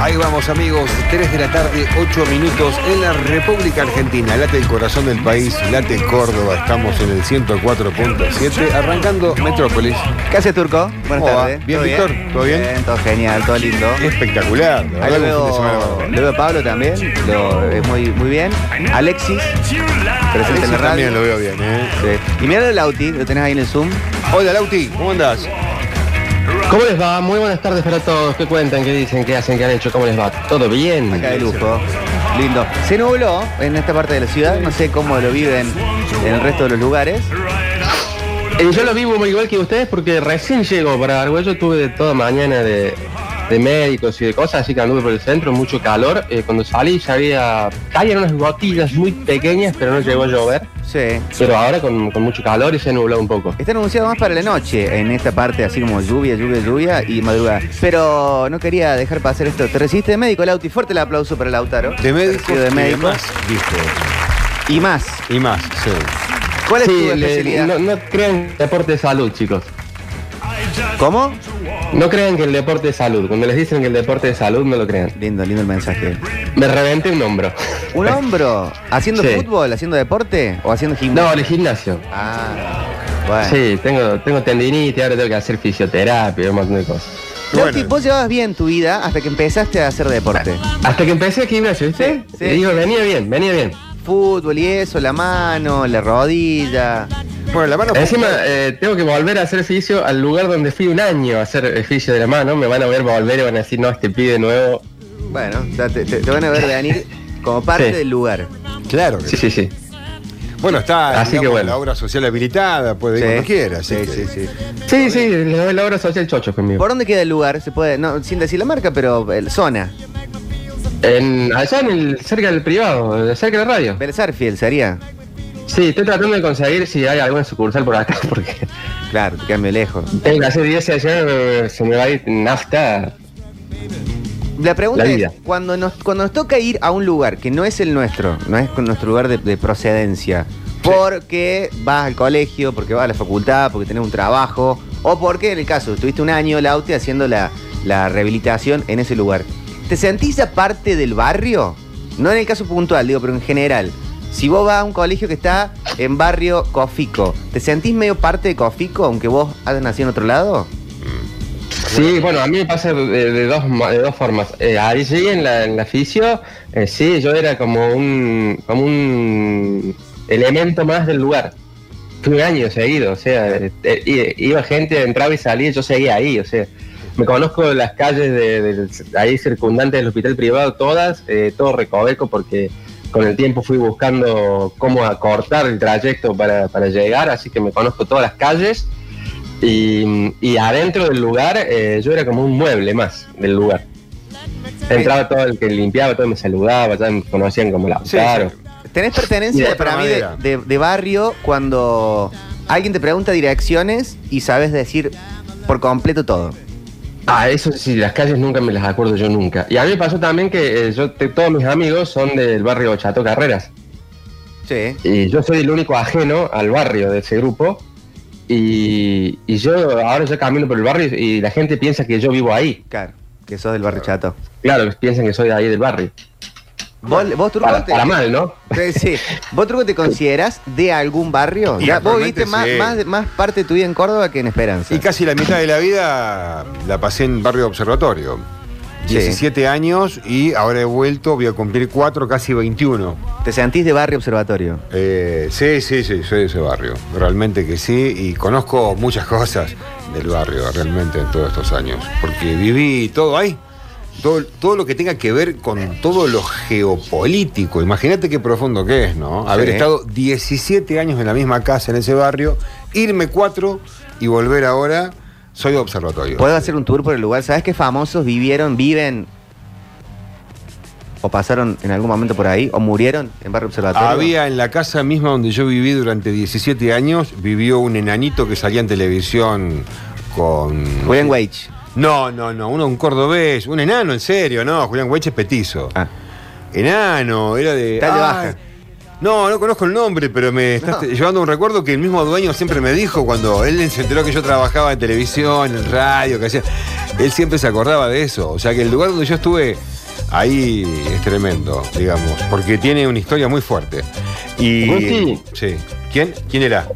Ahí vamos amigos, 3 de la tarde, 8 minutos en la República Argentina. Late el corazón del país, late Córdoba, estamos en el 104.7, arrancando Metrópolis. ¿Qué haces, Turco? Buenas ¿Cómo va? tardes. Bien, Víctor, ¿todo bien? todo genial, todo lindo. Espectacular, la Ahí lo verdad que un fin de semana veo, bárbaro. lo veo a Pablo también, lo, es muy, muy bien. Alexis, presente en Ese la radio. también lo veo bien, ¿eh? Sí. Y mirá el Lauti, lo tenés ahí en el Zoom. Hola Lauti, ¿cómo andás? ¿Cómo les va? Muy buenas tardes para todos. ¿Qué cuentan? ¿Qué dicen? ¿Qué hacen? ¿Qué han hecho? ¿Cómo les va? ¿Todo bien? Acá de lujo. Lindo. Se nubló en esta parte de la ciudad, no sé cómo lo viven en el resto de los lugares. Eh, yo lo vivo muy igual que ustedes porque recién llego para Argüello. Tuve de toda mañana de, de médicos y de cosas, así que anduve por el centro, mucho calor. Eh, cuando salí ya había... Caían unas gotillas muy pequeñas, pero no llegó a llover. Sí. Pero ahora con, con mucho calor y se nubló un poco. Está anunciado más para la noche, en esta parte así como lluvia, lluvia, lluvia y madrugada. Pero no quería dejar pasar esto. Te resiste de médico, Lauti. Fuerte el aplauso para Lautaro. De médicos Te recibes y de médico. demás, dijo. Y más. Y más, sí. ¿Cuál es Sí, tu le- especialidad? no, no crean en el deporte de salud, chicos. ¿Cómo? No crean que el deporte es salud. Cuando les dicen que el deporte es salud, no lo crean. Lindo, lindo el mensaje. Me reventé un hombro. ¿Un hombro? ¿Haciendo Sí. fútbol? ¿Haciendo deporte? ¿O haciendo No, gimnasia? en el gimnasio. Ah, bueno. Sí, tengo, tengo tendinitis, ahora tengo que hacer fisioterapia, un montón de cosas. Lauti, Bueno. vos llevabas bien tu vida hasta que empezaste a hacer deporte. Hasta que empecé el gimnasio, ¿viste? Sí. Y digo, venía bien, venía bien. Fútbol y eso, la mano, la rodilla. Bueno, la mano... Encima, eh, tengo que volver a hacer fisio al lugar donde fui un año a hacer eh, fisio de la mano. Me van a ver volver y van a decir, no, este pibe nuevo. Bueno, ya te, te- te van a ver venir como parte Sí. del lugar. Claro. que Sí, sí, sí. Bueno, está Así digamos, que bueno. la obra social habilitada, puede ir Sí. cuando quiera. así Sí, que- sí, sí. Sí, sí, le doy la obra social chocho conmigo. ¿Por dónde queda el lugar? Se puede, no, sin decir la marca, pero eh, zona. En, allá en el, cerca del privado, eh, cerca de la radio. Belsarfield sería. Sí, estoy tratando de conseguir si hay alguna sucursal por acá, porque Claro, te queda medio lejos. tengo que hacer 10 allá, eh, se me va a ir nafta. La pregunta La es, vida. cuando nos, cuando nos toca ir a un lugar que no es el nuestro, no es con nuestro lugar de, de procedencia, porque vas al colegio, porque vas a la facultad, porque tenés un trabajo, o porque en el caso estuviste un año Lauti haciendo la, la rehabilitación en ese lugar. ¿Te sentís aparte del barrio? No en el caso puntual, digo, pero en general. Si vos vas a un colegio que está en barrio Cofico, ¿te sentís medio parte de Cofico, aunque vos hayas nacido en otro lado? Sí, bueno, a mí me pasa de, de dos, ma- de dos formas. Eh, allí en la, en la fisio, eh, sí, yo era como un, como un elemento más del lugar. Fui un año seguido, o sea, eh, eh, iba gente, entraba y salía, yo seguía ahí, o sea, me conozco las calles de, del- ahí circundantes del hospital privado, todas, eh, todo recoveco, porque con el tiempo fui buscando cómo acortar el trayecto para, para llegar, así que me conozco todas las calles. Y, y adentro del lugar eh, yo era como un mueble más del lugar. Entraba todo el que limpiaba, todo me saludaba, ya me conocían como la Sí, sí. ¿Tenés Y pertenencia de para mí de, otra de- de barrio cuando alguien te pregunta direcciones y sabes decir por completo todo? Ah, eso sí, las calles nunca me las acuerdo yo nunca. Y a mí me pasó también que eh, yo te- todos mis amigos son del barrio Chato Carreras. Sí. Y yo soy el único ajeno al barrio de ese grupo. Y, y yo ahora yo camino por el barrio y la gente piensa que yo vivo ahí. Claro, que sos del barrio chato. Claro, piensan que soy de ahí del barrio. ¿Vos, vos Turco, Para, te, para mal, ¿no? Sí, sí. ¿Vos, Turco, te considerás de algún barrio? Y Ya, vos actualmente viviste más, sí. más, más parte de tu vida en Córdoba que en Esperanza. Y casi la mitad de la vida la pasé en barrio observatorio. Sí. 17 años y ahora he vuelto, voy a cumplir 4, casi 21. ¿Te sentís de barrio observatorio? Eh, sí, sí, sí, soy de ese barrio. Realmente que sí. Y conozco muchas cosas del barrio realmente en todos estos años. Porque viví todo ahí. Todo, todo lo que tenga que ver con todo lo geopolítico. Imagínate qué profundo que es, ¿no? Haber Sí. estado 17 años en la misma casa, en ese barrio, irme cuatro y volver ahora, soy de observatorio. ¿Puedo hacer un tour por el lugar? ¿Sabes qué famosos vivieron, viven o pasaron en algún momento por ahí o murieron en barrio observatorio? Había en la casa misma donde yo viví durante 17 años, vivió un enanito que salía en televisión con... Julián Weich. No, no, no, uno un cordobés, un enano, en serio, no, Julián Weiche es petizo. Ah. Enano, era de. Talla ah, Ah. baja. No, no conozco el nombre, pero me estás llevando un recuerdo que el mismo dueño siempre me dijo cuando él se enteró que yo trabajaba en televisión, en radio, que hacía. Él siempre se acordaba de eso. O sea que el lugar donde yo estuve ahí es tremendo, digamos, porque tiene una historia muy fuerte. Y. Gusti. Sí. ¿Quién? ¿Quién era?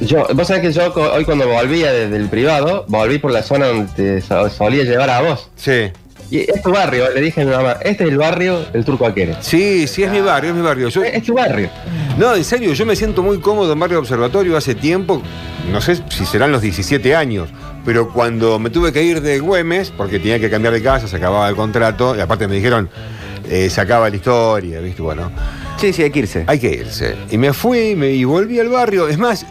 Yo, vos sabés que yo co- hoy cuando volvía desde el privado, volví por la zona donde te so- solía llevar a vos. Sí. Y es tu barrio, le dije a mi mamá, este es el barrio del Turco Aquere. Sí, sí, es mi barrio, es mi barrio. Yo- Es es tu barrio. no, en serio, yo me siento muy cómodo en Barrio Observatorio hace tiempo, no sé si serán los 17 años, pero cuando me tuve que ir de Güemes, porque tenía que cambiar de casa, se acababa el contrato, y aparte me dijeron, eh, se acaba la historia, ¿viste? Bueno, Sí, sí, hay que irse. hay que irse. Y me fui me- y volví al barrio. Es más, eh,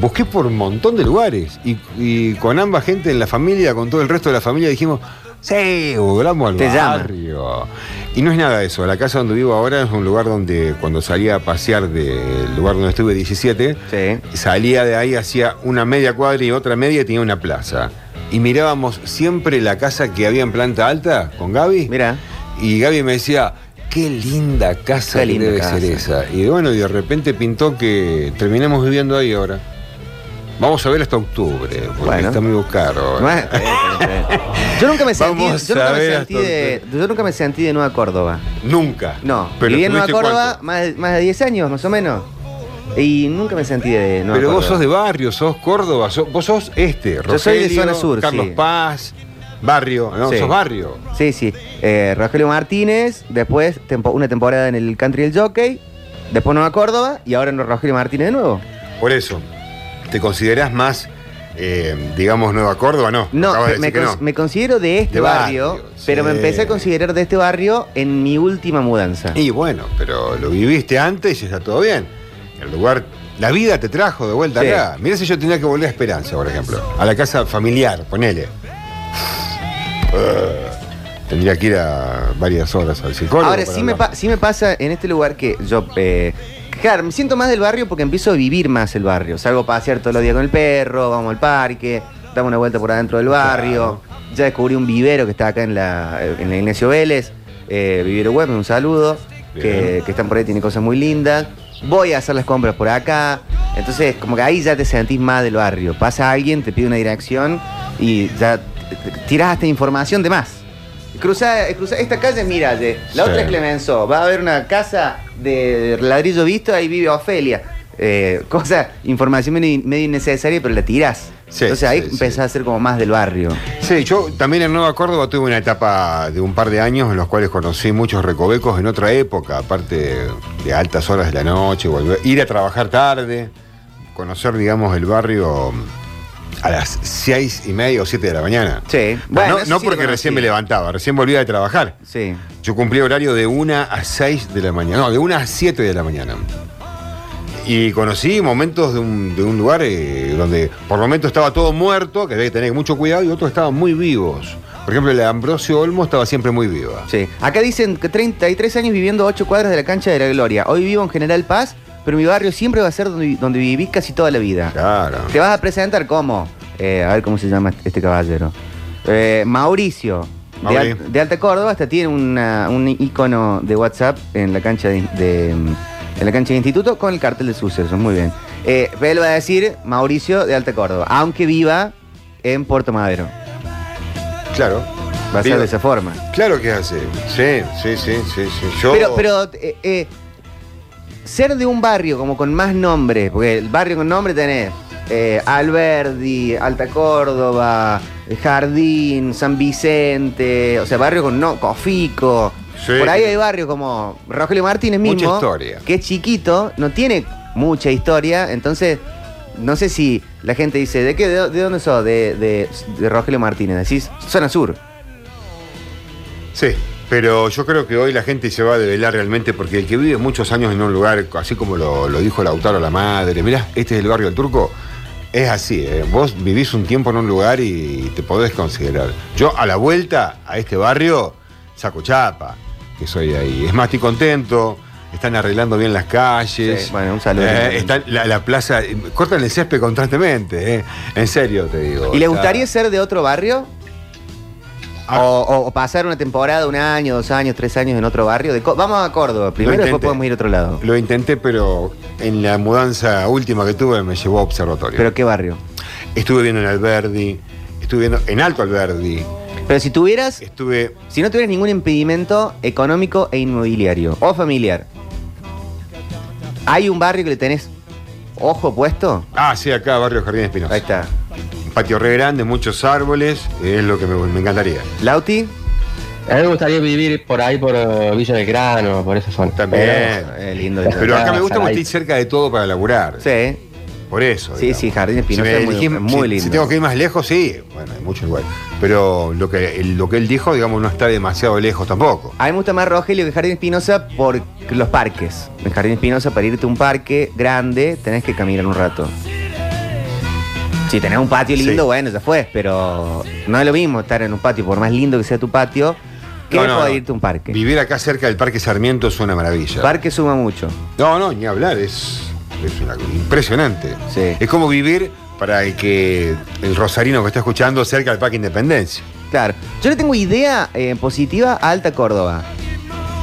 busqué por un montón de lugares y, y con ambas gente en la familia, con todo el resto de la familia, dijimos, sí, volvamos al Te llama. barrio. Y no es nada de eso. La casa donde vivo ahora es un lugar donde cuando salía a pasear del lugar donde estuve 17, Sí. salía de ahí, hacía una media cuadra y otra media y tenía una plaza. Y mirábamos siempre la casa que había en planta alta con Gaby. Mira. Y Gaby me decía, qué linda casa Qué que linda debe casa. ser esa. Y bueno, y de repente pintó que terminemos viviendo ahí ahora. Vamos a ver hasta octubre, porque Bueno. está muy caro. No es- eh, Yo nunca me sentí, Vamos yo nunca a me ver sentí hasta de, yo nunca me sentí de Nueva Córdoba. Nunca. No, Pero viví en Nueva ¿tuviste Córdoba cuánto? más de, más de 10 años, más o menos. Y nunca me sentí de Nueva Pero vos sos Córdoba. de barrio, sos Córdoba, sos- vos sos este, Rogelio, Yo soy de zona sur, Carlos sí. Paz, barrio, no, Sí. sos barrio. Sí, sí. Eh, Rogelio Martínez, después tempo- una temporada en el Country del Jockey, después Nueva Córdoba y ahora en Rogelio Martínez de nuevo. Por eso, ¿te considerás más, eh, digamos, Nueva Córdoba? No, No, acabas de me, decir que cons- me considero de este De barrio, barrio, pero me sí. empecé a considerar de este barrio en mi última mudanza. Y bueno, pero lo viviste antes y está todo bien. El lugar, la vida te trajo de vuelta Sí. acá. Mirá si yo tenía que volver a Esperanza, por ejemplo. A la casa familiar, ponele. Eh, Tendría que ir a varias horas al psicólogo. Ahora para sí me, hablar. pa- sí me pasa en este lugar que yo. eh, claro, me siento más del barrio porque empiezo a vivir más el barrio. Salgo a pasear todos los días con el perro, vamos al parque, damos una vuelta por adentro del barrio. Ya descubrí un vivero que está acá en la, en la Ignacio Vélez. eh, vivero Web, un saludo. Que, Bien. que están por ahí, tiene cosas muy lindas. Voy a hacer las compras por acá. Entonces, como que ahí ya te sentís más del barrio. Pasa alguien, te pide una dirección y ya t- t- tirás hasta información de más. Cruza, cruza- esta calle es Miralle, la Sí. otra es Clemenceau, va a haber una casa de ladrillo visto, ahí vive Ofelia. Eh, cosa, información medio, medio innecesaria, pero la tirás. Sí, Entonces ahí sí, empezás sí. a ser como más del barrio. Sí, yo también en Nueva Córdoba tuve una etapa de un par de años en los cuales conocí muchos recovecos en otra época, aparte de altas horas de la noche, volver- ir a trabajar tarde, conocer, digamos, el barrio a las seis y media o siete de la mañana. Sí. Pero no- eso no sí lo porque recién conocí. me levantaba, recién volvía de trabajar. Sí. Yo cumplí horario de 1 a 6 de la mañana. No, de 1 a 7 de la mañana. Y conocí momentos de un, de un lugar eh, donde por momentos estaba todo muerto, que había que tener mucho cuidado, y otros estaban muy vivos. Por ejemplo, el de Ambrosio Olmo estaba siempre muy viva. Sí. Acá dicen que 33 años viviendo a 8 cuadras de la cancha de la Gloria. Hoy vivo en General Paz, pero mi barrio siempre va a ser donde, donde viví casi toda la vida. Claro. Te vas a presentar como, eh, a ver cómo se llama este caballero. Eh, Mauricio. De, Mauri. Al- de Alta Córdoba hasta tiene una- un icono de WhatsApp en la cancha de, de- en la cancha de instituto con el cartel de sucesos. Muy bien. Eh, pero él va a decir Mauricio de Alta Córdoba, aunque viva en Puerto Madero. Claro. Va a ser Viva. de esa forma. Claro que hace. Sí, sí, sí, sí, sí. Yo. Pero, pero eh, eh, ser de un barrio como con más nombres, porque el barrio con nombre tenés eh, Alberdi, Alta Córdoba, eh, Jardín, San Vicente, o sea, barrio con no, Cofico. Sí. Por ahí hay barrios como Rogelio Martínez Mucha mismo, historia. que es chiquito, no tiene mucha historia, entonces no sé si la gente dice, ¿de qué? ¿De, de dónde sos? De, de, de Rogelio Martínez, decís, zona sur. Sí, pero yo creo que hoy la gente se va a develar realmente porque el que vive muchos años en un lugar, así como lo, lo dijo Lautaro la madre, mirá, este es el barrio del turco, es así, ¿eh? vos vivís un tiempo en un lugar y te podés considerar. Yo a la vuelta a este barrio saco chapa, que soy de ahí. Es más, estoy contento. Están arreglando bien las calles. Sí, bueno, un saludo. Eh, está la, la plaza. Cortan el césped constantemente, ¿eh? En serio te digo. ¿Y le Está- gustaría ser de otro barrio? Ah. O, o- o pasar una temporada, un año, dos años, tres años en otro barrio. De Co- Vamos a Córdoba primero, Lo después intenté. podemos ir a otro lado. Lo intenté, pero en la mudanza última que tuve me llevó a observatorio. Pero qué barrio. estuve viendo en Alberdi, estuve viendo en Alto Alberdi, Pero si tuvieras, estuve. si no tuvieras ningún impedimento económico e inmobiliario o familiar, ¿hay un barrio que le tenés ojo puesto? Ah, sí, acá, Barrio Jardín Espinosa. Ahí está. Un patio re grande, muchos árboles, es lo que me, me encantaría. Lauti, A mí me gustaría vivir por ahí, por eh, Villa Belgrano, por esa zona. También. eh, lindo. Pero acá me gusta porque Ahí. estoy cerca de todo para laburar. Sí, Por eso. Sí, sí, Jardín Espinosa me es muy- elegí- muy si- Si, lindo. tengo que ir más lejos, sí. Bueno, hay mucho igual. Pero lo que, lo que él dijo, digamos, no está demasiado lejos tampoco. A mí me gusta más Rogelio que Jardín Espinosa por los parques. En Jardín Espinosa, para irte a un parque grande, tenés que caminar un rato. Si tenés un patio lindo, Sí. bueno, ya fue, pero no es lo mismo estar en un patio, por más lindo que sea tu patio, que No, no, poder no. irte a un parque. Vivir acá cerca del Parque Sarmiento es una maravilla. Parque suma mucho. No, no, ni hablar, es, es una- impresionante. Sí. Es como vivir para el que el rosarino que está escuchando cerca del Parque Independencia. Claro. Yo le tengo idea eh, positiva a Alta Córdoba.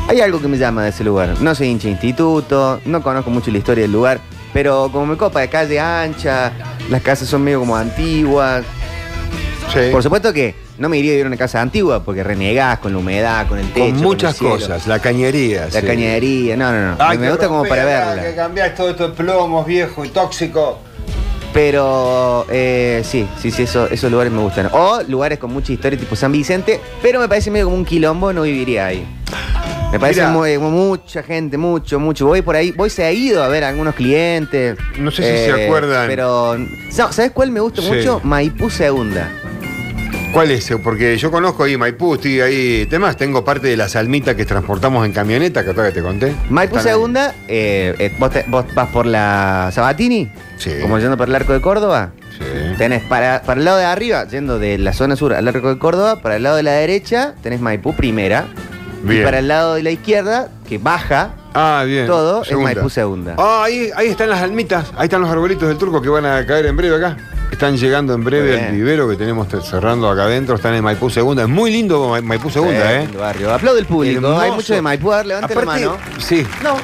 Hay algo que me llama de ese lugar. No soy hincha de instituto, no conozco mucho la historia del lugar, pero como me copa de calle ancha, las casas son medio como antiguas. Sí. Por supuesto que no me iría a vivir a una casa antigua porque renegás con la humedad, con el techo. Con muchas el cielo, cosas, la cañería. La sí. cañería, no, no, no. Ay, me que gusta como rompé para acá, verla. Que cambiás todo esto de plomos viejo y tóxico. Pero eh, sí, sí, sí, eso- esos lugares me gustan. O lugares con mucha historia tipo San Vicente, pero me parece medio como un quilombo, no viviría ahí. Me parece Mirá. muy- como mucha gente, mucho, mucho. Voy por ahí, voy se ha ido a ver a algunos clientes. eh, No sé si se acuerdan. Pero, no, ¿sabes cuál me gusta Sí. mucho? Maipú Segunda. ¿Cuál es? Porque yo conozco ahí Maipú, estoy ahí. Además, tengo parte de las almitas que transportamos en camioneta, que todavía te conté. Maipú Están ahí. Segunda, eh, eh, vos, te- vos vas por la Sabatini, Sí. como yendo por el Arco de Córdoba. Sí. Tenés para, para el lado de arriba, yendo de la zona sur al arco de Córdoba, para el lado de la derecha tenés Maipú primera. Bien. Y para el lado de la izquierda, que baja, Ah, bien. todo Segunda. es Maipú segunda. Ah, ahí, ahí están las almitas, ahí están los arbolitos del turco que van a caer en breve acá. Están llegando en breve Muy bien. al vivero que tenemos te- cerrando acá adentro, están en Maipú Segunda. Es muy lindo Ma- Maipú Segunda, ¿eh? lindo Barrio. Aplaude el público. Hermoso. Hay mucho de Maipú. A ver, levanten Aparte, la mano. Sí, No,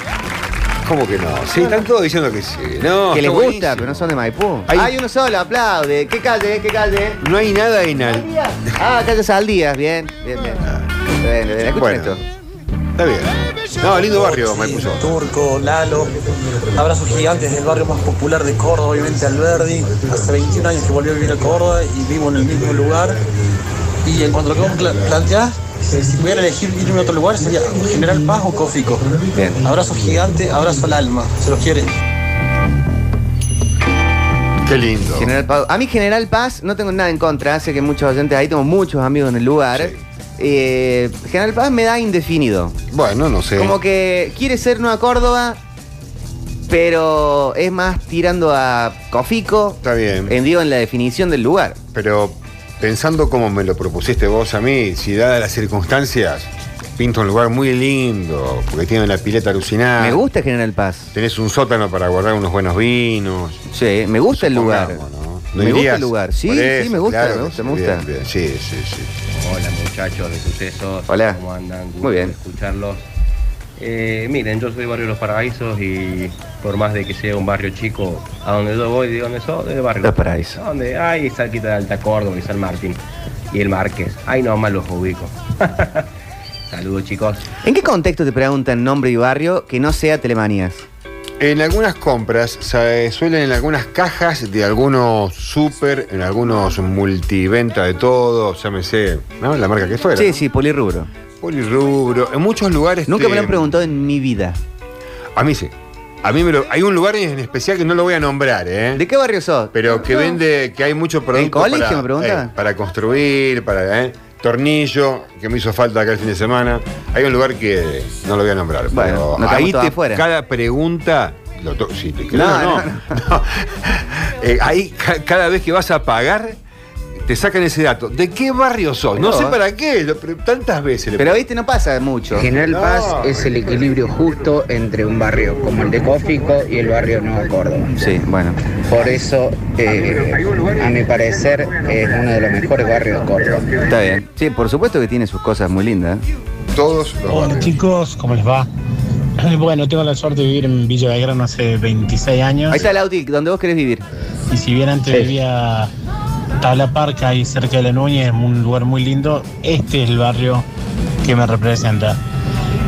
¿cómo que no? Sí, están todos diciendo que sí. No, que les está gusta, buenísimo. pero no son de Maipú. Hay- Hay uno solo, aplaude. ¿Qué calle? ¿Qué calle? No hay nada en al... Saldías. Ah, calle Saldías. Bien, bien, bien. Bien, bien, bien. Escuchen Ah. Bueno. esto. Está bien. No, lindo barrio, Maipú Segunda. Turco, Lalo, abrazos gigantes del barrio más popular de Córdoba, obviamente Alberdi. Hace 21 años que volví a vivir a Córdoba y vivo en el mismo lugar. Y en cuanto a lo que vos pla- planteás, si pudiera elegir irme a otro lugar sería General Paz o Cófico. Bien. Abrazo gigante, abrazo al alma, se los quiere. Qué lindo. General Paz. A mí General Paz no tengo nada en contra, sé que muchos oyentes ahí, tengo muchos amigos en el lugar. Eh, General Paz me da indefinido. Bueno, no sé. Como que quiere ser Nueva Córdoba, pero es más tirando a Cofico. Está bien. En, digo, en la definición del lugar. Pero pensando como me lo propusiste vos a mí, si dadas las circunstancias, pinta un lugar muy lindo, porque tiene la pileta alucinada. Me gusta General Paz. Tenés un sótano para guardar unos buenos vinos. Sí, me gusta el lugar. Supongamos, ¿no? ¿No Me gusta irías? el lugar. Sí, Por eso, sí, me gusta, claro me que gusta, sí, me gusta. bien, bien. Sí, sí, sí. Hola muchachos de sucesos. Hola. ¿Cómo andan? Gusto Muy bien. de Escucharlos. Eh, miren, yo soy Barrio Los Paraísos y por más de que sea un barrio chico, a donde yo voy, ¿de dónde soy? De Barrio Los Paraísos. ¿A ¿Dónde? Ahí cerquita de Alta Córdoba y San Martín. Y el Marqués. Ahí nomás los ubico. Saludos chicos. ¿En qué contexto te preguntan nombre y barrio que no sea Telemanías? En algunas compras se suelen en algunas cajas de algunos super, en algunos multiventa de todo, llámese, ¿no? La marca que fuera. Sí, sí, polirrubro. Polirrubro. En muchos lugares. Nunca te- me lo han preguntado en mi vida. A mí sí. A mí me lo- hay un lugar en especial que no lo voy a nombrar, ¿eh? ¿De qué barrio sos? Pero que No. vende, que hay mucho producto. colegio para, me preguntaban? eh, para construir, para. eh, tornillo, que me hizo falta acá el fin de semana. Hay un lugar que no lo voy a nombrar. Bueno, pero nos quedamos ahí todos te, afuera. cada pregunta. Lo to- si te No, no, no. no, No. Eh, ahí ca- cada vez que vas a pagar. te sacan ese dato. ¿De qué barrio sos? No, No, sé eh. para qué, lo pre- tantas veces. le Pero viste, no pasa mucho. General No, Paz es el equilibrio justo entre un barrio como el de Cófico y el barrio Nuevo Córdoba. Sí, bueno. Por eso, eh, a mi parecer, es uno de los mejores barrios de Córdoba. Está bien. Sí, por supuesto que tiene sus cosas muy lindas. Todos los Hola barrios. chicos, ¿cómo les va? Bueno, tengo la suerte de vivir en Villa Belgrano hace 26 años. Ahí está el Audi, donde vos querés vivir. Y si bien antes Sí. vivía Tabla Parca ahí cerca de La Núñez, en un lugar muy lindo, este es el barrio que me representa.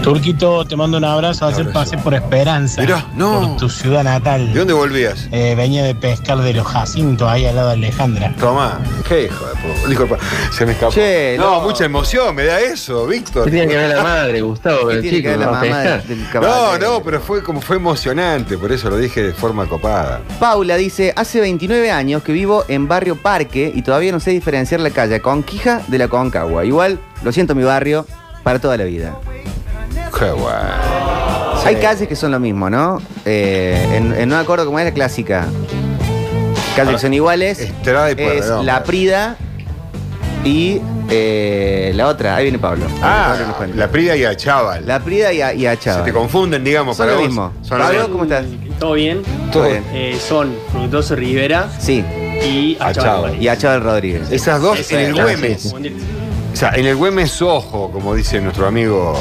Turquito, te mando un abrazo. Ayer abrazo. pasé por Esperanza, Mirá, no. por tu ciudad natal. ¿De dónde volvías? Eh, venía de pescar de los Jacintos, ahí al lado de Alejandra. Tomá, qué hijo de puta. Disculpa, se me escapó. Che, no, no. mucha emoción, me da eso, Víctor. Tenía que ver la madre, Gustavo, con ¿Qué el tiene que chico. ver la ¿no? mamá Pescar. del, del No, caballero? no, pero fue como fue emocionante, por eso lo dije de forma copada. Paula dice, hace 29 años que vivo en barrio Parque y todavía no sé diferenciar la calle Conquija de la Concagua. Igual, lo siento mi barrio, para toda la vida. Qué guay. Hay calles que son lo mismo, ¿no? Eh, en, en Nueva Córdoba, como es la clásica. Calles que son iguales. Estrada y es Pueyrredón. La Prida y eh, la otra. Ahí viene Pablo. Pablo nos Ah, cuenta. la Prida y a Chaval. La Prida y, a- y Se Achava. te confunden, digamos, Son para lo vos. mismo. Son lo Pablo, mismo. ¿cómo estás? Todo bien. Todo bien. Eh, son Fructuoso Rivera Sí, y Achao. Achao. y Achava del Rodríguez. Esas dos en el claro, Güemes. O sea, en el Güemes Ojo, como dice nuestro amigo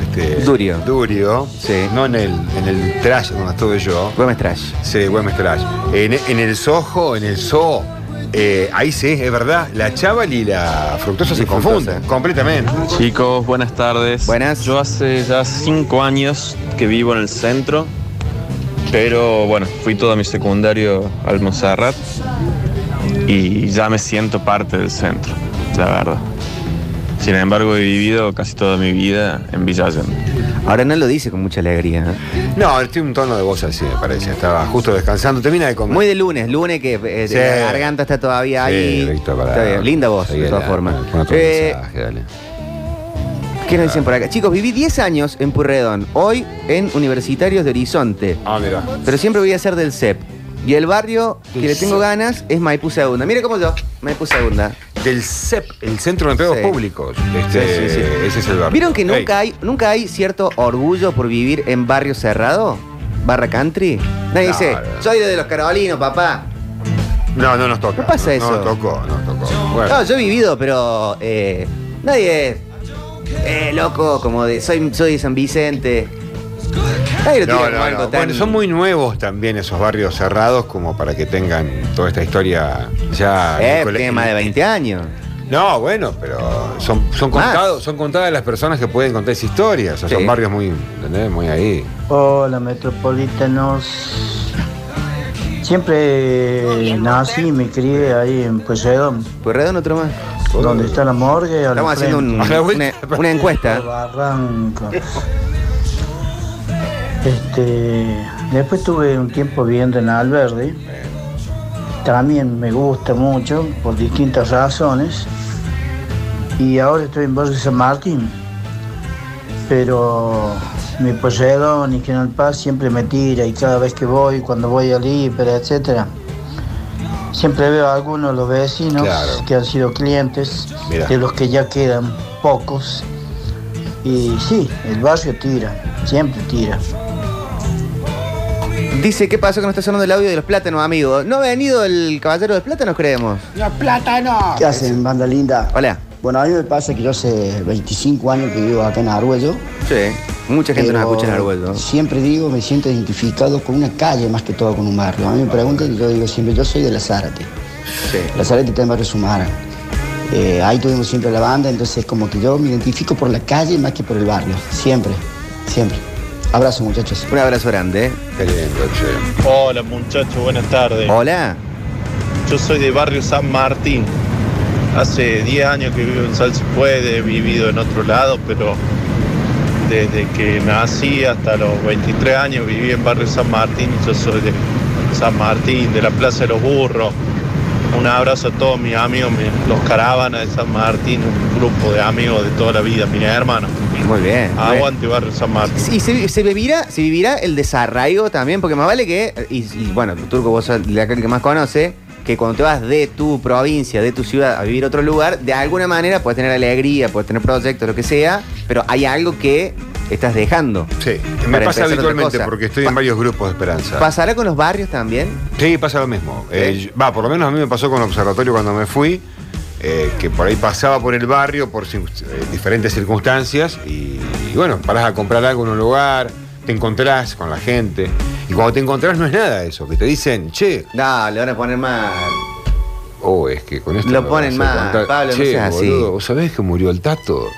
este, Durio. Durio. Sí. No en el, en el trash donde estuve yo. Gómez Trash. Sí, Güemes Trash. En, en el Soho, en el Zoo, eh, ahí sí, es verdad, la chaval y la fructosa se Y fructosa. confunden completamente. Chicos, buenas tardes. Buenas. Yo hace ya cinco años que vivo en el centro, pero bueno, fui todo mi secundario al Monserrat y ya me siento parte del centro, la verdad. Sin embargo, he vivido casi toda mi vida en Villa Allende. Ahora no lo dice con mucha alegría. ¿eh? ¿no? No, tiene un tono de voz así, me parece. Estaba justo descansando, termina de comer. Muy de lunes, lunes que eh, Sí. la garganta está todavía ahí. Víctor, para- Está bien, linda voz, Seguí de todas la- formas. con otro Eh, mensaje, dale. ¿Qué nos dicen por acá? Chicos, viví 10 años en Purredón, hoy en Universitarios de Horizonte, Ah, mira. pero siempre voy a ser del CEP. Y el barrio que le tengo ganas es Maipú Segunda. Mira cómo yo, Maipú Segunda. Del CEP, el Centro de Empleados Sí. Públicos. Este, Sí, sí, sí. Ese es el barrio. ¿Vieron que Ey, nunca hay, nunca hay cierto orgullo por vivir en barrio cerrado? ¿Barra country? Nadie No, dice, no. soy de los carolinos, papá. No, no nos toca. ¿Qué pasa no, eso? No nos tocó, no nos tocó. Bueno, No, yo he vivido, pero eh, nadie es eh, loco, como de soy, soy de San Vicente. Nadie lo no, tiene no, como algo no. tan- Bueno, son muy nuevos también esos barrios cerrados como para que tengan toda esta historia ya... en Eh, el cole- tiene más de 20 años. No, bueno, pero son, son, Más. contados, son contadas las personas que pueden contar esas historias. O sea, Sí. son barrios muy, ¿entendés? Muy ahí. Hola, metropolitanos. Siempre nací y me crié ahí en Poseidón, Pueyrredón, Pues otro más. donde está la morgue. Estamos haciendo un- A una, la vuelta. una encuesta. Barranco. Este, después tuve un tiempo pues viviendo en Alberdi. También me gusta mucho por distintas razones. Y ahora estoy en Barrio San Martín. Pero mi poseedor y General Paz siempre me tira y cada vez que voy, cuando voy al IPER, etcétera, Siempre veo a algunos de los vecinos Claro. que han sido clientes, Mirá. de los que ya quedan pocos. Y sí, el barrio tira, siempre tira. Dice, ¿qué pasó que no está sonando el audio de los plátanos, amigo? ¿No ha venido el caballero de los plátanos, creemos? ¿Qué hacen, banda linda? Hola. Bueno, a mí me pasa que yo hace 25 años que vivo acá en Arguello. Sí. Mucha gente nos pero escucha en Arguello. Siempre digo, me siento identificado con una calle más que todo con un barrio. A mí me preguntan y yo digo siempre, yo soy de la Zárate. Sí. La Zárate está en Barrio Sumara. Eh, ahí tuvimos siempre la banda, entonces como que yo me identifico por la calle más que por el barrio. Siempre, siempre. Abrazo muchachos. Un abrazo grande. ¿eh? Qué lindo, che. Hola muchachos, buenas tardes. Hola. Yo soy de barrio San Martín. Hace 10 años que vivo en Salsi Puede, he vivido en otro lado, pero desde que nací hasta los 23 años viví en barrio San Martín. Yo soy de San Martín, de la Plaza de los Burros. Un abrazo a todos mis amigos, mi- los caravanas de San Martín, un grupo de amigos de toda la vida, mis hermanos. Muy bien. muy Ah, bien. Aguante barrio San Martín. Y se, se vivirá, se vivirá el desarraigo también, porque más vale que, y, y bueno, Turco vos sos la que más conoce, que cuando te vas de tu provincia, de tu ciudad a vivir a otro lugar, de alguna manera puedes tener alegría, puedes tener proyectos, lo que sea, pero hay algo que estás dejando. Sí, me para empezar otra pasa habitualmente cosa. porque estoy en varios grupos de esperanza. ¿Pasará con los barrios también? Sí, pasa lo mismo. Eh, yo- Va, por lo menos a mí me pasó con Observatorio cuando me fui, eh, que por ahí pasaba por el barrio por cir- eh, diferentes circunstancias y, y bueno, parás a comprar algo en un lugar, te encontrás con la gente. Y cuando te encontrás no es nada eso, que te dicen, che. No, le van a poner más. Oh, es que con esto. Lo me ponen vas a mal, contar. Pablo, no Che, seas así. boludo, ¿Vos sabés que murió el tato?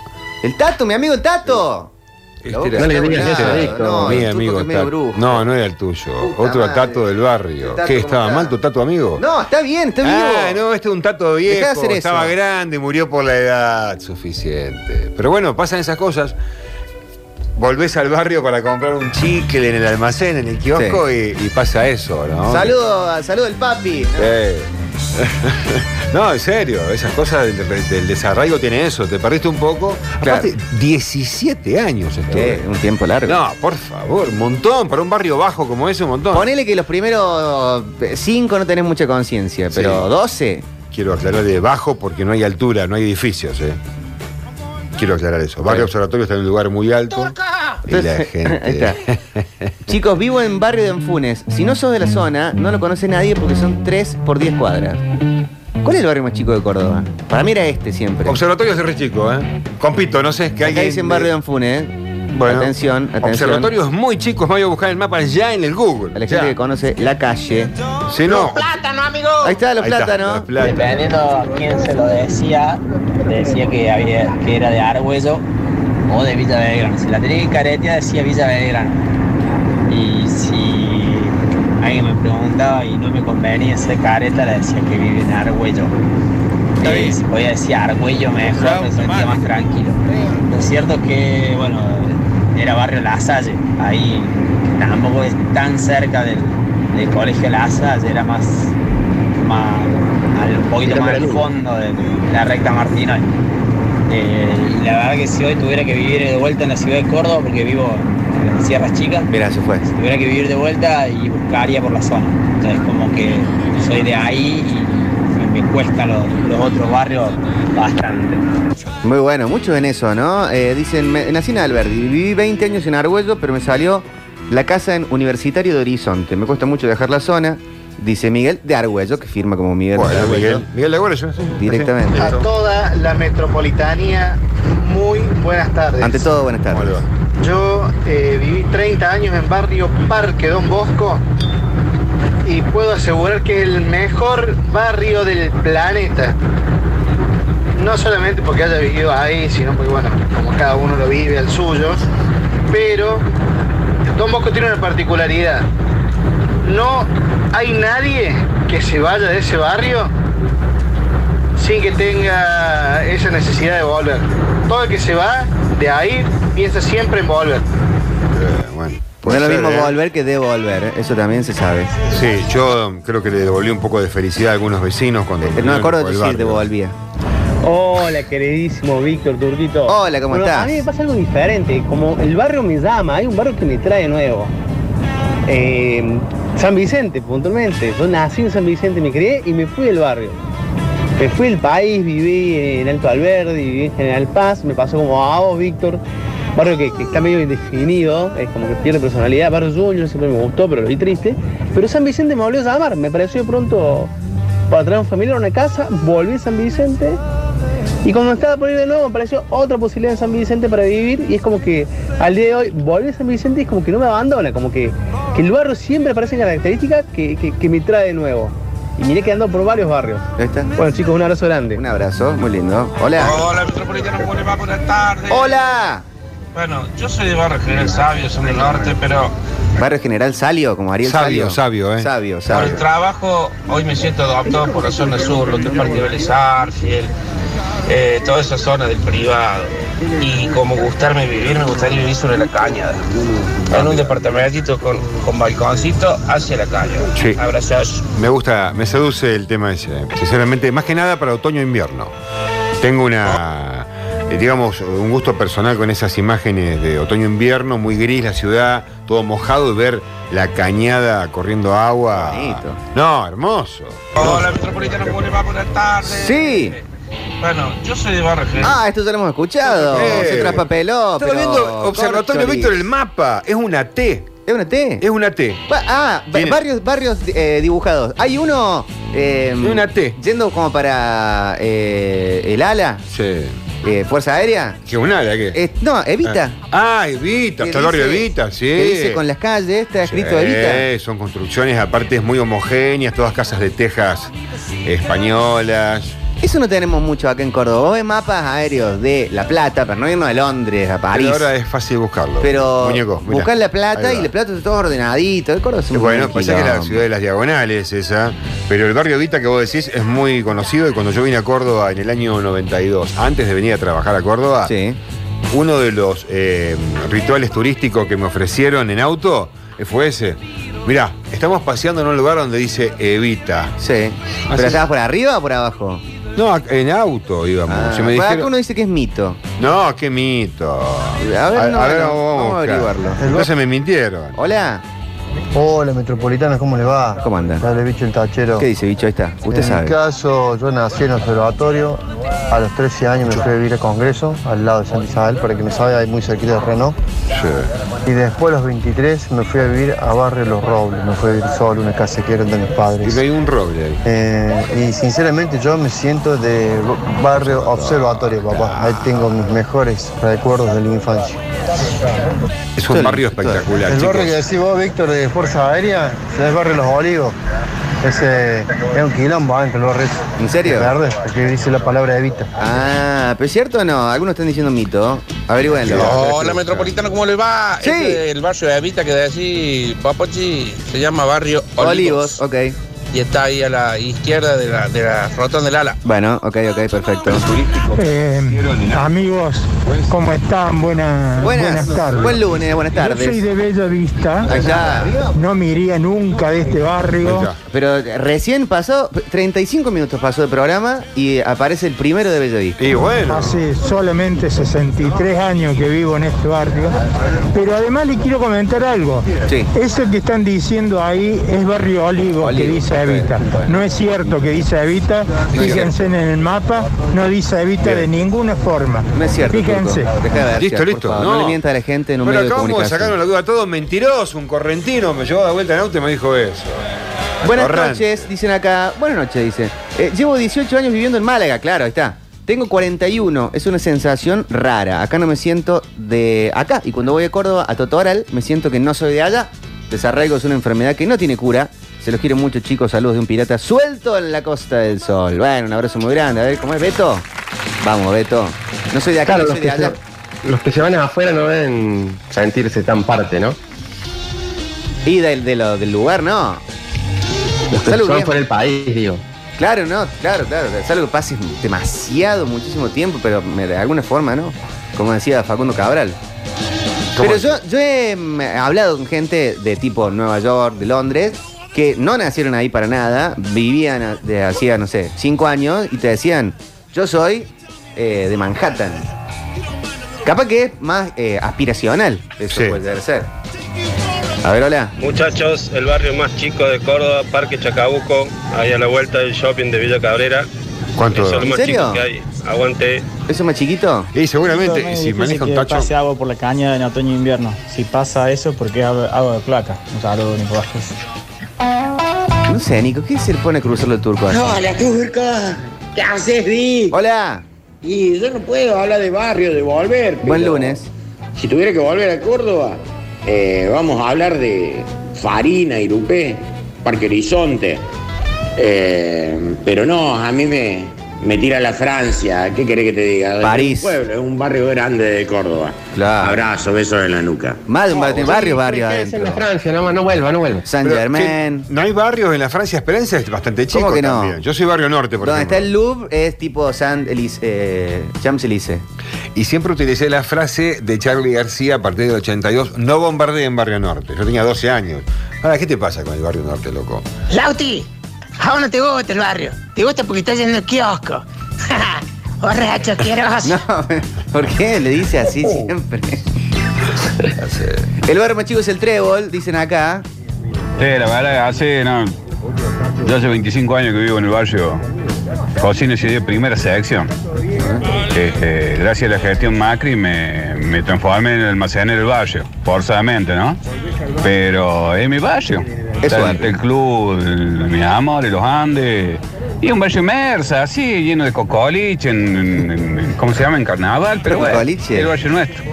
El Tato, mi amigo el Tato. Este era- No le digas este eso, era- Víctor. no, el mi tuco que amigo es medio Tato. brujo. No, no era el tuyo. Puta Otro madre. tato del barrio. El Tato, ¿Qué? ¿cómo ¿Estaba está? mal tu tato amigo? No, está bien, está vivo. Ah, no, este es un tato viejo. Dejá de hacer eso. Estaba grande, murió por la edad. Suficiente. Pero bueno, pasan esas cosas. Volvés al barrio para comprar un chicle en el almacén, en el kiosco, y, y pasa eso, ¿no? Saludo, a- saludo al papi. Sí. no, en serio, esas cosas del, del desarraigo tiene eso. Te perdiste un poco. Claro. Aparte, 17 años estuve. Eh, un tiempo largo. No, por favor, un montón. Para un barrio bajo como ese, un montón. Ponele que los primeros cinco no tenés mucha conciencia, pero Sí. 12. Quiero aclarar de bajo porque no hay altura, no hay edificios, ¿eh? Quiero aclarar eso. Barrio Observatorio está en un lugar muy alto. Y la Entonces, gente. ahí está. Chicos, vivo en barrio de Enfunes. Si no sos de la zona, no lo conoce nadie porque son 3 por 10 cuadras. ¿Cuál es el barrio más chico de Córdoba? Para mí era este siempre. Observatorio es de re chico, ¿eh? Compito, no sé, es que Acá alguien. dicen barrio de Enfunes, ¿eh? Bueno, atención, atención. Observatorio es muy chico, es más, voy a buscar el mapa ya en el Google. A la gente ya. que conoce la calle. Si no. Ahí está, los Ahí está, plátanos. los plátanos. a quién se lo decía, decía que, había, que era de Argüello o de Villa Belgrano. Si la tenía en careta, decía Villa Belgrano. Y si alguien me preguntaba y no me convenía ese careta, le decía que vive en Argüello. Eh, si podía decir Argüello mejor, me sentía más tranquilo. Lo cierto es que, bueno, era barrio La Salle, ahí tampoco es tan cerca del, del colegio La Salle, era más, más al- un poquito Era más al Maranú. fondo de la recta Martino. y la verdad que si hoy tuviera que vivir de vuelta en la ciudad de Córdoba, porque vivo en las Sierras Chicas, Mira, se fue. si tuviera que vivir de vuelta y buscaría por la zona. Entonces como que soy de ahí y me me cuesta los, los otros barrios bastante. Muy bueno, muchos en eso, ¿no? Eh, dicen, me- nací en Alberdi, viví 20 años en Argüello, pero me salió la casa en Universitario de Horizonte. Me cuesta mucho dejar la zona. Dice Miguel de Argüello, que firma como Miguel de Bueno, Argüello. Miguel. Miguel de Agüero, sí. Directamente. Sí, A listo. toda la metropolitanía, muy buenas tardes. Ante todo, buenas ¿Cómo le tardes. va? Yo eh, viví 30 años en barrio Parque Don Bosco y puedo asegurar que es el mejor barrio del planeta. No solamente porque haya vivido ahí, sino porque, bueno, como cada uno lo vive al suyo, pero Don Bosco tiene una particularidad. No hay nadie que se vaya de ese barrio sin que tenga esa necesidad de volver. Todo el que se va de ahí piensa siempre en volver. Eh, bueno, No puede es lo ser, mismo ¿eh? volver que devolver, ¿eh? eso también se sabe. Sí, yo um, creo que le devolví un poco de felicidad a algunos vecinos cuando. Eh, No me acuerdo por de el decir barrio. devolvía. Hola, queridísimo Víctor Turquito. Hola, ¿cómo Bueno, estás? A mí me pasa algo diferente. Como el barrio me llama, hay un barrio que me trae nuevo. Eh, San Vicente, puntualmente. Yo nací en San Vicente, me crié y me fui del barrio. Me fui del país, viví en Alto Alberdi, viví en General Paz, me pasó como a vos, Víctor. Barrio que, que está medio indefinido, es como que pierde personalidad. Barrio Junior siempre me gustó, pero lo vi triste. Pero San Vicente me volvió a llamar, me pareció de pronto para traer a un familiar a una casa, volví a San Vicente y cuando estaba por ir de nuevo, me apareció otra posibilidad en San Vicente para vivir. Y es como que al día de hoy volví a San Vicente y es como que no me abandona. Como que, que el barrio siempre aparece características que, que, que me trae de nuevo. Y miré que ando por varios barrios. Ahí está. Bueno, chicos, un abrazo grande. Un abrazo, muy lindo. Hola. Hola, Metropolitano, ¿cómo le va? Buenas tardes. Hola. Bueno, yo soy de Barrio General Sabio, soy del norte, pero Barrio General Salio, como Ariel Salio. Sabio, sabio, ¿eh? Sabio, por sabio. el trabajo hoy me siento adoptado por la zona sur, lo que es Parque Belizar, Fiel, eh, toda esa zona del privado. Y como gustarme vivir, me gustaría vivir sobre la cañada. En un departamentito con, con balconcito hacia la calle. Sí. Abrazos. Me gusta, me seduce el tema ese. Sinceramente, más que nada para otoño e invierno. Tengo una. eh, digamos, un gusto personal con esas imágenes de otoño-invierno, muy gris la ciudad, todo mojado y ver la cañada corriendo agua. No, hermoso. Hola, Metropolitano, ¿cómo le va? Buenas tardes. Sí. Bueno, yo soy de Barrio General. Ah, esto ya lo hemos escuchado. Eh. Se traspapeló. Estaba viendo Observatorio Víctor el mapa. Es una T. ¿Es una T? Es una T. Ba- Ah, ba- Tiene- barrios, barrios eh, dibujados. Hay uno. eh, Una T. Yendo como para eh, el ala, Sí. eh, Fuerza Aérea. ¿Qué un ala qué? Eh, no, Evita. Ah, Evita, Que está el barrio dice- Evita, sí. Que dice con las calles, está escrito Evita. Sí, son construcciones, aparte es muy homogéneas, todas casas de tejas españolas. Eso no tenemos mucho acá en Córdoba. Vos ves mapas aéreos de La Plata, para no irnos a Londres, a París. Pero ahora es fácil buscarlo. Pero Muñeco, mirá. buscar La Plata Ahí y va. La Plata está todo ordenadito. El Córdoba es un Bueno, buen pasa que es la quilombo. ciudad de las diagonales esa, pero el barrio Vita que vos decís es muy conocido y cuando yo vine a Córdoba en el año 92, antes de venir a trabajar a Córdoba, uno de los eh, rituales turísticos que me ofrecieron en auto eh, fue ese. Mirá, estamos paseando en un lugar donde dice Evita. Sí. ¿Pero estabas por arriba o por abajo? No, ac- en auto íbamos. Ah, Y me por acá dijeron- uno dice que es mito. No, qué mito. A ver, no, no, vamos a buscar. averiguarlo. Entonces me mintieron. Hola. Hola, Metropolitano, ¿cómo le va? ¿Cómo anda? Dale, bicho el tachero. ¿Qué dice, bicho? Ahí está. Eh, Usted en sabe. mi caso, yo nací en observatorio. A los 13 años me fui a vivir a Congreso, al lado de San Isabel, para que me sabe, ahí muy cerquita de Renault. Y después, a los 23, me fui a vivir a Barrio Los Robles. Me fui a vivir solo, una casa que eran de mis padres. Y hay un roble ahí. Eh, y sinceramente yo me siento de barrio observatorio, papá. Ahí tengo mis mejores recuerdos de la infancia. Es un barrio espectacular, El chicos. barrio que decís vos, Víctor, de Fuerza Aérea, es el barrio Los Olivos. Ese es un quilombo ¿eh? adentro, el barrio. ¿En serio? Verde, porque dice la palabra Evita. Ah, pero es cierto o no? Algunos están diciendo mito. Averigüenlo. Hola Metropolitano, ¿cómo le va? Sí. Este, el barrio de Evita que decís, Papochi, se llama barrio Olivos. Olivos, ok. Y está ahí a la izquierda de la, de la rotonda del ala. Bueno, ok, ok, perfecto. Eh, amigos, ¿cómo están? Buenas, Buenas, buenas tardes. buen lunes, buenas Yo soy tardes. de Bella Vista. Ahí está. No me iría nunca de este barrio. Pero recién pasó, 35 minutos pasó el programa y aparece el primero de Bellavista. Y bueno. Hace solamente 63 años que vivo en este barrio. Pero además le quiero comentar algo. Sí. Eso que están diciendo ahí es barrio Olivos que dice Evita. No es cierto que dice Evita. Fíjense en el mapa, no dice Evita de ninguna forma. No es cierto. Fíjense. Turco. Deja de versear, Listo, por listo. favor. No. le mientas a la gente en un Pero medio de acabamos de comunicación. sacarnos la duda a todos. Mentiroso, un correntino me llevó de vuelta en auto y me dijo eso. Buenas Corran. noches, dicen acá. Buenas noches, dice. Eh, llevo 18 años viviendo en Málaga, claro, ahí está. Tengo 41, es una sensación rara. Acá no me siento de acá. Y cuando voy a Córdoba, a Totoral, me siento que no soy de allá. Desarraigo es una enfermedad que no tiene cura. Se los quiero mucho, chicos. Saludos de un pirata suelto en la Costa del Sol. Bueno, un abrazo muy grande. A ver, ¿cómo es Beto? Vamos, Beto. No soy de acá, Claro, no los soy de que, allá. se, los que se van afuera no deben sentirse tan parte, ¿no? Y del, de lo- del lugar, no. Los que Salud, son bien. por el país, digo. Claro, no, claro, claro. Es algo que pase demasiado, muchísimo tiempo, pero me- de alguna forma, ¿no? Como decía Facundo Cabral. Pero yo, yo he mm, hablado con gente de tipo Nueva York, de Londres, que no nacieron ahí para nada, vivían a- de hacía, no sé, cinco años y te decían, yo soy eh, de Manhattan. Capaz que es más eh, aspiracional, eso Sí. puede ser. A ver, hola. Muchachos, el barrio más chico de Córdoba, Parque Chacabuco, ahí a la vuelta del shopping de Villa Cabrera. ¿Cuánto? Es el ¿En más serio? chico que hay. Aguante. ¿Eso es más chiquito? Y seguramente, Es si difícil maneja un que tacho- pase agua por la caña en otoño e invierno. Si pasa eso, porque es agua agua de placa. Un saludo, Nico Vázquez. No sé, Nico, ¿qué se le pone a cruzarlo el turco así? Hola, turca. ¿Qué haces, Di? Hola. Y yo no puedo hablar de barrio, de volver. Buen pero lunes. Si tuviera que volver a Córdoba, eh, vamos a hablar de Farina, Irupé, Parque Horizonte. Eh, pero no, a mí me, me tira la Francia. ¿Qué querés que te diga? París. Es un pueblo, es un barrio grande de Córdoba. Abrazo, besos en la nuca. Más de un barrio, barrio, barrio Es en adentro. la Francia, no, no vuelva, no vuelva. San Pero, Germán. ¿qué? No hay barrios en la Francia Esperanza, es bastante chico ¿Cómo que no? también. Yo soy barrio norte, por Donde ejemplo. está el Louvre es tipo San Elise, eh, Champs-Élysées. Y siempre utilicé la frase de Charlie García a partir del 82, no bombardeen barrio norte. Yo tenía 12 años. Ahora, ¿qué te pasa con el barrio norte, loco? Lauti, a vos no te gusta el barrio. Te gusta porque estás en el kiosco. Borracho asqueroso. No, ¿por qué? Le dice Oh. así siempre. El barrio más chico es el trébol, dicen acá. Sí, la verdad, hace, no, yo hace 25 años que vivo en el barrio. Cocina y de primera sección. Este, gracias a la gestión Macri me, me transformé en el almacenero del barrio, forzadamente, ¿no? Pero es mi barrio. Está el- el club, el- mi amor, los Andes. Y un barrio inmersa, así, lleno de cocoliche, en, en- en- ¿cómo se llama? En carnaval, pero bueno, Cocoliche. el barrio nuestro.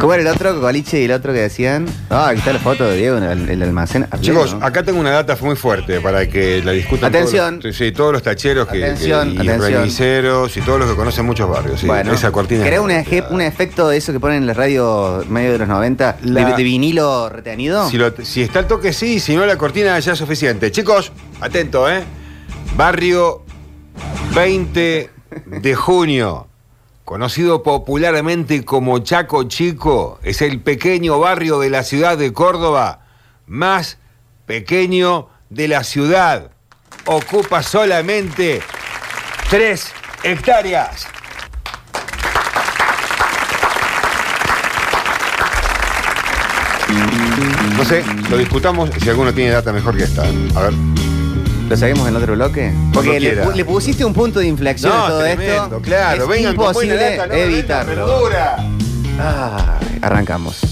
¿Cómo era el otro Coliche y el otro que decían? Ah, aquí está la foto de Diego en el, el almacén. A pleno, Chicos, ah, ¿no? acá tengo una data muy fuerte para que la discutan. Atención. Todos los, sí, todos los tacheros que, Atención, que- y atención. remiseros y todos los que conocen muchos barrios. sí. Bueno, esa cortina. ¿Crea un, eje- un efecto de eso que ponen en las radios medio de los 90? de- La- de, vinilo retenido? Si, lo- si está el toque, sí, si no, la cortina ya es suficiente. Chicos, atento, ¿eh? Barrio 20 de junio, conocido popularmente como Chaco Chico, es el pequeño barrio de la ciudad de Córdoba, más pequeño de la ciudad. Ocupa solamente 3 hectáreas. No sé, lo discutamos si alguno tiene data mejor que esta. A ver. ¿Lo seguimos en otro bloque? Porque le, quiera. pu- le pusiste un punto de inflexión No, a todo tremendo, esto. claro, es vengan con buena imposible data, no me vengan evitarlo. verdura. Ay, Ah, arrancamos.